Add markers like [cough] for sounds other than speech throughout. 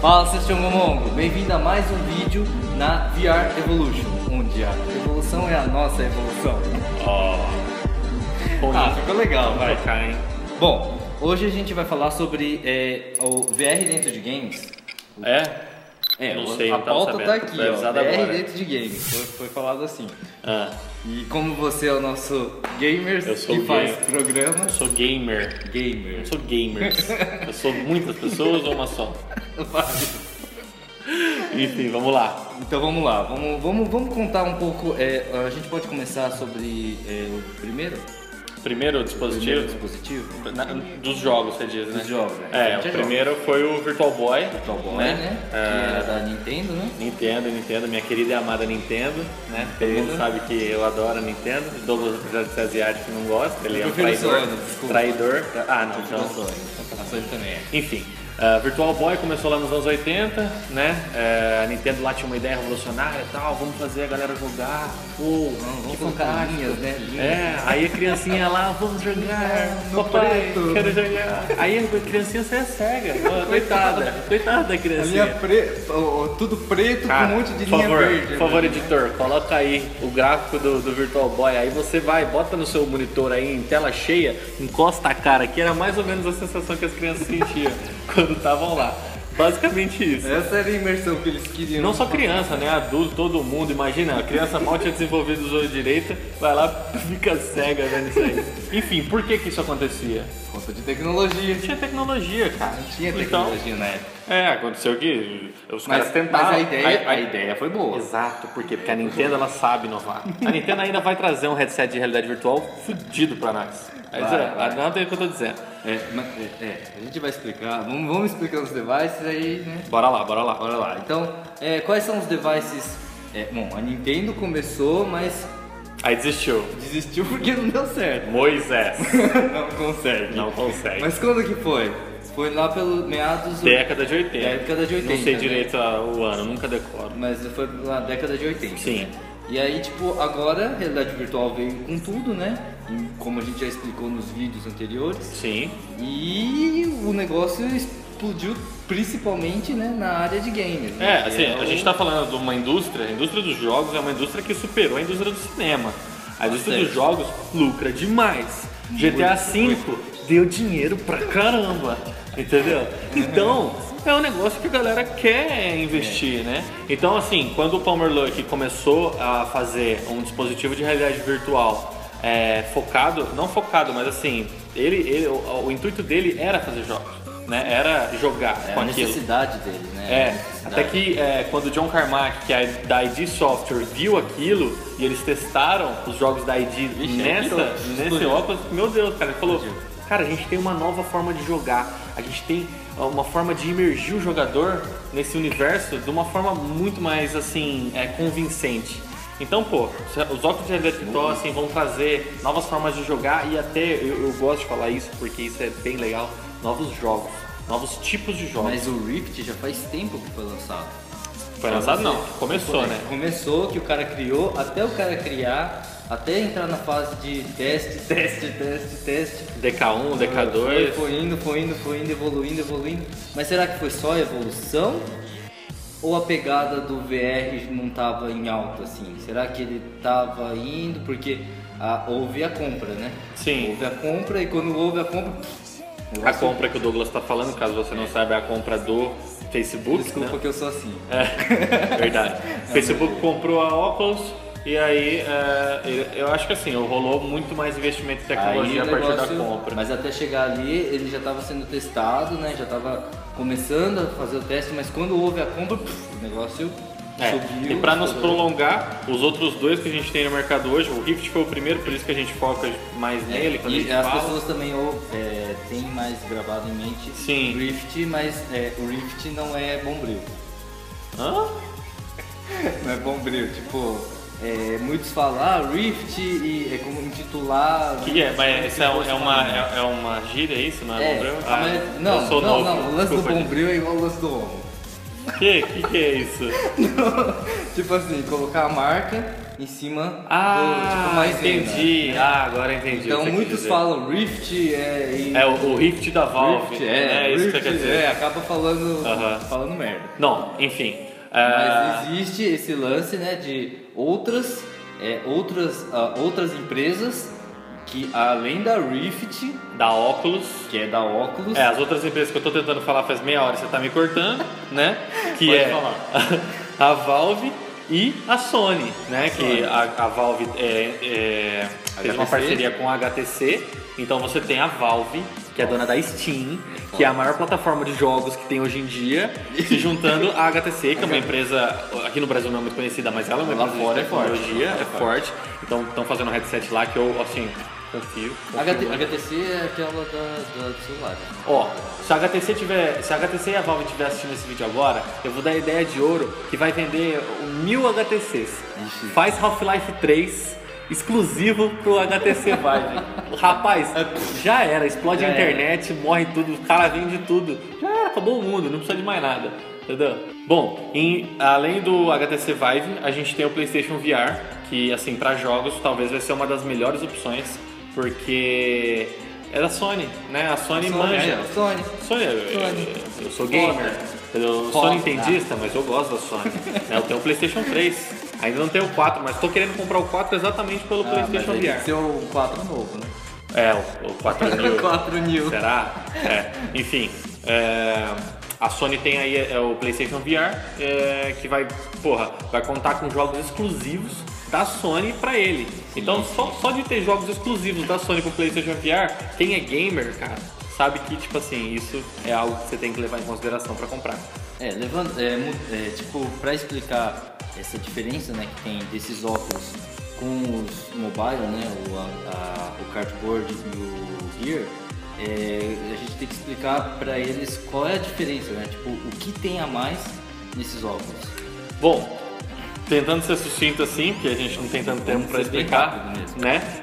Fala, seus Mongo! Bem-vindo a mais um vídeo na VR Evolution, onde a evolução é a nossa evolução. Ó. Ah, ficou legal, vai. vai ficar, hein? Bom, hoje a gente vai falar sobre é, o VR dentro de games. É? É, Não o- sei, a não tava pauta sabendo. tá aqui, Foi ó. avisado VR agora. dentro de games. Foi, foi falado assim. Ah, E como você é o nosso gamer Eu sou que o faz gamer. eu programas, sou gamer. Eu gamer. [laughs] sou gamer. eu sou muitas pessoas ou uma só? Enfim, vamos lá. Então vamos lá, vamos, vamos, vamos contar um pouco. é, a gente pode começar sobre é, o primeiro? Primeiro Primeiro dispositivo dispositivo? na- dos jogos, você diz, né? Dos jogos, é. É, A gente o é primeiro foi o Virtual Boy. Virtual Boy, né? é. Que era da Nintendo, né? Nintendo, Nintendo, minha querida e amada Nintendo, né? Todo mundo Nintendo. sabe que eu adoro a Nintendo. Douglas, apesar de ser asiático, não gosta. Ele é Eu um prefiro traidor. Sony, desculpa. Traidor. Ah, não, Então, então. a Sony também é. Enfim, a Virtual Boy começou lá nos anos 80, né? É, a Nintendo lá tinha uma ideia revolucionária e tal, vamos fazer a galera jogar. Pô, vamos que colocar fantástico. linhas, né? Linhas. É, aí a criancinha lá, vamos jogar, No papai, É, preto. quero jogar. Aí a criancinha você [laughs] é cega, Ó, coitada, coitada da criancinha. preta, tudo preto um Cara, por favor, né? Por favor, editor, coloca aí o gráfico do, do Virtual Boy. Aí você vai, bota no seu monitor aí em tela cheia, encosta a cara, que era mais ou menos a sensação que as crianças sentiam [laughs] quando estavam lá. Basicamente isso. Essa era a imersão que eles queriam. Não só criança, né? Adulto, todo mundo. Imagina, a criança mal tinha desenvolvido os olhos direito, vai lá, [laughs] fica cega vendo isso aí. Enfim, por que que isso acontecia? Por conta de tecnologia. Não tinha tecnologia, cara. Não tinha Então, tecnologia na época. é, aconteceu que os Mas, caras tentaram. mas a, ideia, Aí- a, aí- ideia foi boa. Exato, por quê? Porque a Nintendo ela sabe inovar. A Nintendo ainda vai trazer um headset de realidade virtual fudido pra nós. Mas Vai, é, vai. não tem o que eu tô dizendo. É, mas, é, é, a gente vai explicar. Vamos, vamos explicar os devices aí, né? Bora lá, bora lá. Bora lá. Então, é, quais são os devices? é, bom, a Nintendo começou, mas Aí desistiu. desistiu [laughs] porque não deu certo. Moisés. né? não consegue. Não consegue. Mas quando que foi? Foi lá pelo meados do... Década de 80. Década de 80, Não sei né? direito a- o ano, nunca decoro. Mas foi na década de 80. Sim. né? E aí, tipo, agora a realidade virtual veio com tudo, né? E Como a gente já explicou nos vídeos anteriores. Sim. E o negócio explodiu principalmente né, na área de games. né? É, Que assim, o- a gente tá falando de uma indústria, a indústria dos jogos é uma indústria que superou a indústria do cinema. A indústria dos Bastante. jogos lucra demais. GTA V deu dinheiro pra caramba, entendeu? Então, é um negócio que a galera quer investir, né? Então, assim, quando o Palmer Luck começou a fazer um dispositivo de realidade virtual é, focado, não focado, mas assim, ele, ele- o, o intuito dele era fazer jogos. Né? Era jogar É com a aquilo. necessidade dele, né? A É, necessidade. até que é, quando o John Carmack, que é da ID Software, viu aquilo e eles testaram os jogos da ID Vixe, aí nessa, virou, nesse explodiu. óculos, meu Deus, cara, ele falou, Explodiu. cara, a gente tem uma nova forma de jogar, a gente tem ó, uma forma de imergir o jogador nesse universo de uma forma muito mais, assim, é, convincente. Então, pô, os óculos de realidade virtual, assim, vão trazer novas formas de jogar e até, eu, eu gosto de falar isso porque isso é bem legal, novos jogos, novos tipos de jogos. Mas o Rift já faz tempo que foi lançado. Foi lançado não, começou, né? Começou, que o cara criou, até o cara criar, até entrar na fase de teste, [laughs] teste, teste, teste. DK1, Foi, DK2. foi indo, foi indo, foi indo, evoluindo, evoluindo. Mas será que foi só a evolução? Ou a pegada do VR não tava em alta assim? Será que ele tava indo? Porque a- houve a compra, né? Sim. Houve a compra e quando houve a compra. pff, A compra que o Douglas tá falando, caso você não saiba, é a compra do Facebook. Desculpa né? que eu sou assim. [laughs] É, verdade. O Facebook comprou a Oculus e aí é, ele- eu acho que assim, rolou muito mais investimento em tecnologia Aí o a partir da negócio- compra. Mas até chegar ali, ele já estava sendo testado, né? Já estava começando a fazer o teste, mas quando houve a compra, pff, o negócio É, subiu. e para nos estourou. prolongar, os outros dois que a gente tem no mercado hoje, o Rift foi o primeiro, por isso que a gente foca mais É, nele. quando a e gente as fala. pessoas também ou, é, têm mais gravado em mente Sim. o Rift, mas é, o Rift não é [laughs] bombril. Hã? Não é bombril, tipo, é, muitos falam, ah, Rift e é como intitular. O que, que é? Mas isso é, é uma, é, é uma gíria, isso? Não é, É, bombril? ah, mas- eu não, sou não, novo, não, o lance do desculpa, gente. bombril é igual o lance do homo. Que, que que é isso? [laughs] tipo assim, colocar a marca em cima do Ah, tipo mais entendi. Ah, agora entendi. o Então que você quis muitos dizer. falam Rift é em- É o, o Rift da Valve. Rift, né? é, é isso que Rift, você quer dizer. é, acaba falando Aham. falando merda. Não, enfim. ah, Mas existe esse lance, né, de outras, é, outras, ah, outras empresas que além da Rift, da Oculus. que é da Oculus, É, as outras empresas que eu tô tentando falar faz meia hora, você tá me cortando, [laughs] né? Que Pode é falar. [laughs] a Valve e a Sony, né? Sony. Que a, a Valve é, é, fez uma HTC. parceria com a HTC. Então você tem a Valve, que é dona da Steam, que é a maior plataforma de jogos que tem hoje em [laughs] dia, se juntando à HTC, que é uma empresa aqui no Brasil não é muito conhecida, mas ela é uma Lá empresa fora de é forte. tecnologia, é forte. Então estão fazendo um headset lá que eu, assim, confio. A confio HT HTC é aquela da, da- do celular. Ó, se a HTC tiver, se a HTC e a Valve estiver assistindo esse vídeo agora, eu vou dar a ideia de ouro que vai vender um mil HTCs. Ixi. Faz Half-Life 3 exclusivo pro HTC [laughs] Vive. Rapaz, já era, explode Já a era. internet, morre tudo, o cara vende tudo. Já era, acabou o mundo, não precisa de mais nada. Entendeu? Bom, em- além do HTC Vive, a gente tem o PlayStation VR, que assim, pra jogos talvez vai ser uma das melhores opções, porque é da Sony, né? A Sony, manja. é, Sony. Sony, eu, Sony. eu- eu sou gamer. Eu sou Foda. nintendista, mas eu gosto [laughs] da Sony. né? eu tenho o PlayStation 3. Ainda não tenho o 4, mas tô querendo comprar o 4 exatamente pelo Ah, mas PlayStation aí tem que VR. ser o 4 novo, né? É, o, o 4 [laughs] New. 4 New. Será? É. Enfim, é, a Sony tem aí é, o PlayStation VR, é, que vai, porra, vai contar com jogos exclusivos da Sony pra ele. Então, só, só de ter jogos exclusivos da Sony pro PlayStation VR, quem é gamer, cara, sabe que, tipo assim, isso é algo que você tem que levar em consideração pra comprar. É, levando, é, mu- é, tipo, pra explicar essa diferença, né, que tem desses óculos com os mobile, né, o, a- a- o cardboard e o gear, é, a gente tem que explicar pra eles qual é a diferença, né, tipo, o que tem a mais nesses óculos. Bom, tentando ser sucinto assim, porque a gente não tem tanto tempo Vamos pra ser bem explicar, rápido mesmo. né? Ah,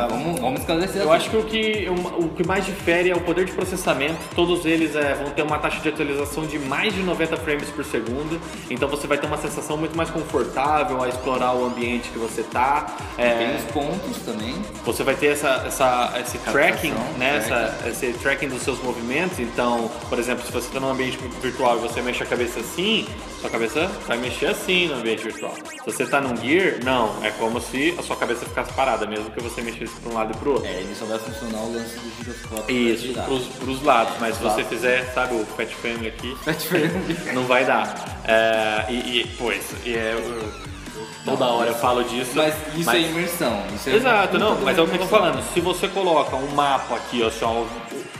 Tá, Vamos, vamos esclarecer Eu a- acho que o que, o que mais difere é o poder de processamento. Todos eles é, vão ter uma taxa de atualização de mais de 90 frames por segundo. Então você vai ter uma sensação muito mais confortável a explorar o ambiente que você tá. É, Tem os pontos também. você vai ter essa, essa- esse tracking, né? tracking. Essa- esse tracking dos seus movimentos. Então, por exemplo, se você está num ambiente virtual e você mexe a cabeça assim, sua cabeça vai mexer assim no ambiente virtual. Se você está num gear, não. É como se a sua cabeça ficasse parada, mesmo que você mexesse para um lado e para outro. É, ele só vai funcionar o lance do giroscópio. pra Isso, girar. [laughs] pros, pros lados, mas se você Lados. fizer, sabe, o Fat Family aqui, É [laughs] diferente. não vai dar. É, e, e, pois, e é, eu- eu- toda hora eu falo disso. Mas isso é mas- imersão. Isso é Exato, uma não, puta mas é o que eu tô imersão. falando. Se você coloca um mapa aqui, ó, assim, ó, o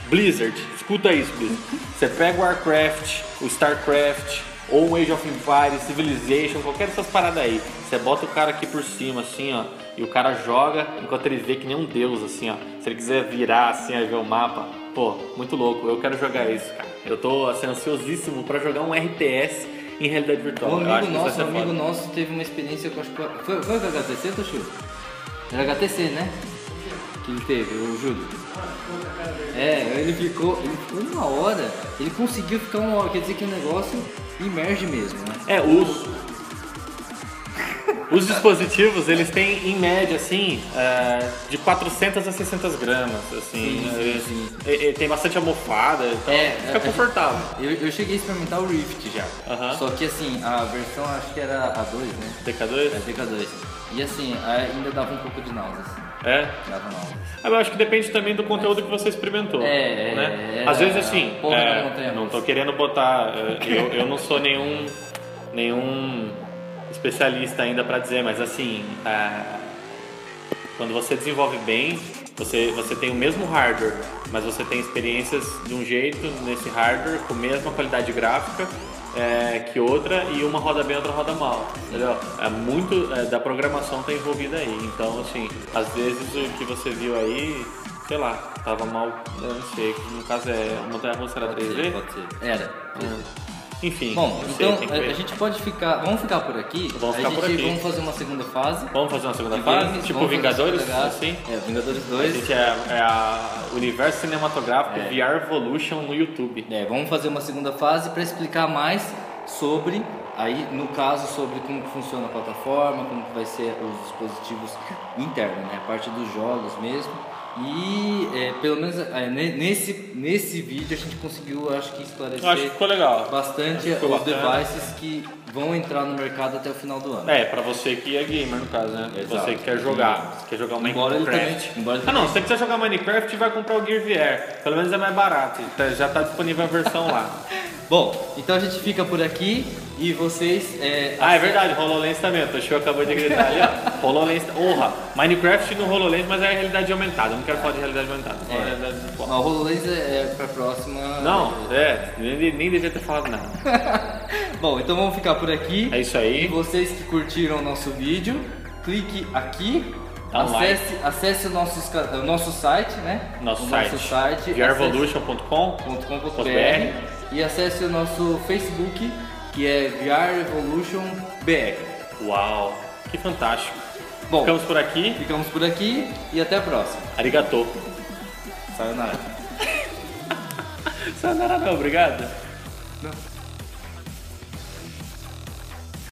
Blizzard, escuta isso, Blizzard. Você pega o Warcraft, o StarCraft, ou o Age of Empires, Civilization, qualquer dessas paradas aí. Você bota o cara aqui por cima, assim, ó, e o cara joga enquanto ele vê que nem um deus, assim, ó. Se ele quiser virar, assim, aí ver o mapa, pô, muito louco, eu quero jogar isso, cara. Eu tô, assim, ansiosíssimo pra jogar um RTS em realidade virtual. Um Então, eu acho amigo que isso vai nosso, ser um amigo foda. nosso teve uma experiência com acho que foi, foi com a HTC, Toshio? Era HTC, né? Que ele teve, o Júlio. É, ele ficou, ele ficou uma hora, ele conseguiu ficar uma hora, quer dizer que o negócio emerge mesmo, né? É, os. Os dispositivos, eles têm em média, assim, é, de 400 a 600 gramas, assim. Sim, é, sim, é, é, tem bastante almofada, então É, fica é. confortável. Eu, eu cheguei a experimentar o Rift já. Aham. Só que assim, a versão acho que era a 2, né? DK2? É DK2. E assim, ainda dava um pouco de náuseas. É. Dava náuseas. Ah, Eu acho que depende também do conteúdo que você experimentou. É, é, né? é, Às é, vezes, assim, porra, é, não temos. não tô querendo botar. é, Eu, eu não sou nenhum, nenhum especialista ainda pra dizer, mas assim, ah, quando você desenvolve bem, você, você tem o mesmo hardware, mas você tem experiências de um jeito nesse hardware, com a mesma qualidade gráfica é, que outra, e uma roda bem, outra roda mal. Entendeu? É muito é, da programação tá envolvida aí. Então, assim, às vezes o que você viu aí, sei lá, tava mal, eu não sei, que no caso é a montanha russa era 3D. Pode ser. Era. Enfim, Bom, não sei, então tem que a, ver. a gente pode ficar. Vamos ficar por aqui. Vamos ficar a gente por aqui. vamos fazer uma segunda fase. Vamos fazer uma segunda de fase? games, tipo vamos fazer Vingadores, segunda fase. assim? É, Vingadores A 2. gente é, é a Universo Cinematográfico É. VR Evolution no YouTube. É, vamos fazer uma segunda fase para explicar mais sobre Aí, no caso, sobre como que funciona a plataforma, como que vai ser os dispositivos internos, né? A parte dos jogos mesmo. E, é, pelo menos, é, ne- nesse, nesse vídeo a gente conseguiu, acho que, esclarecer Acho que ficou legal. bastante Acho que os ficou bacana. devices que vão entrar no mercado até o final do ano. É, pra você que é gamer, no caso, né? Exato. Você que quer jogar, você quer jogar o Embora ele Minecraft. também- embora ele tá ah, não, se você quiser jogar Minecraft, vai comprar o Gear VR. Pelo menos é mais barato, tá- já tá disponível a versão [laughs] lá. Bom, então a gente fica por aqui e vocês. é, Ah, é verdade, HoloLens também, o Toshio acabou de gritar ali, ó. HoloLens, honra. Minecraft no HoloLens, mas é realidade aumentada. Eu não quero falar de realidade aumentada, eu falo de realidade virtual. Não, o HoloLens é, é pra próxima. Não, é, nem, nem devia ter falado nada. Bom, então vamos ficar por aqui. É isso E aí. vocês que curtiram o nosso vídeo, clique aqui, Dá um acesse, acesse o, nosso, esca- o nosso site, né? Nosso o site, nosso site é VRevolution.com. acesse.com.br e acesse o nosso Facebook, que é VR Evolution BR. Uau, que fantástico. Bom, Ficamos por aqui. ficamos por aqui e até a próxima. Arigatou. Sayonara. Sayonara não, obrigado.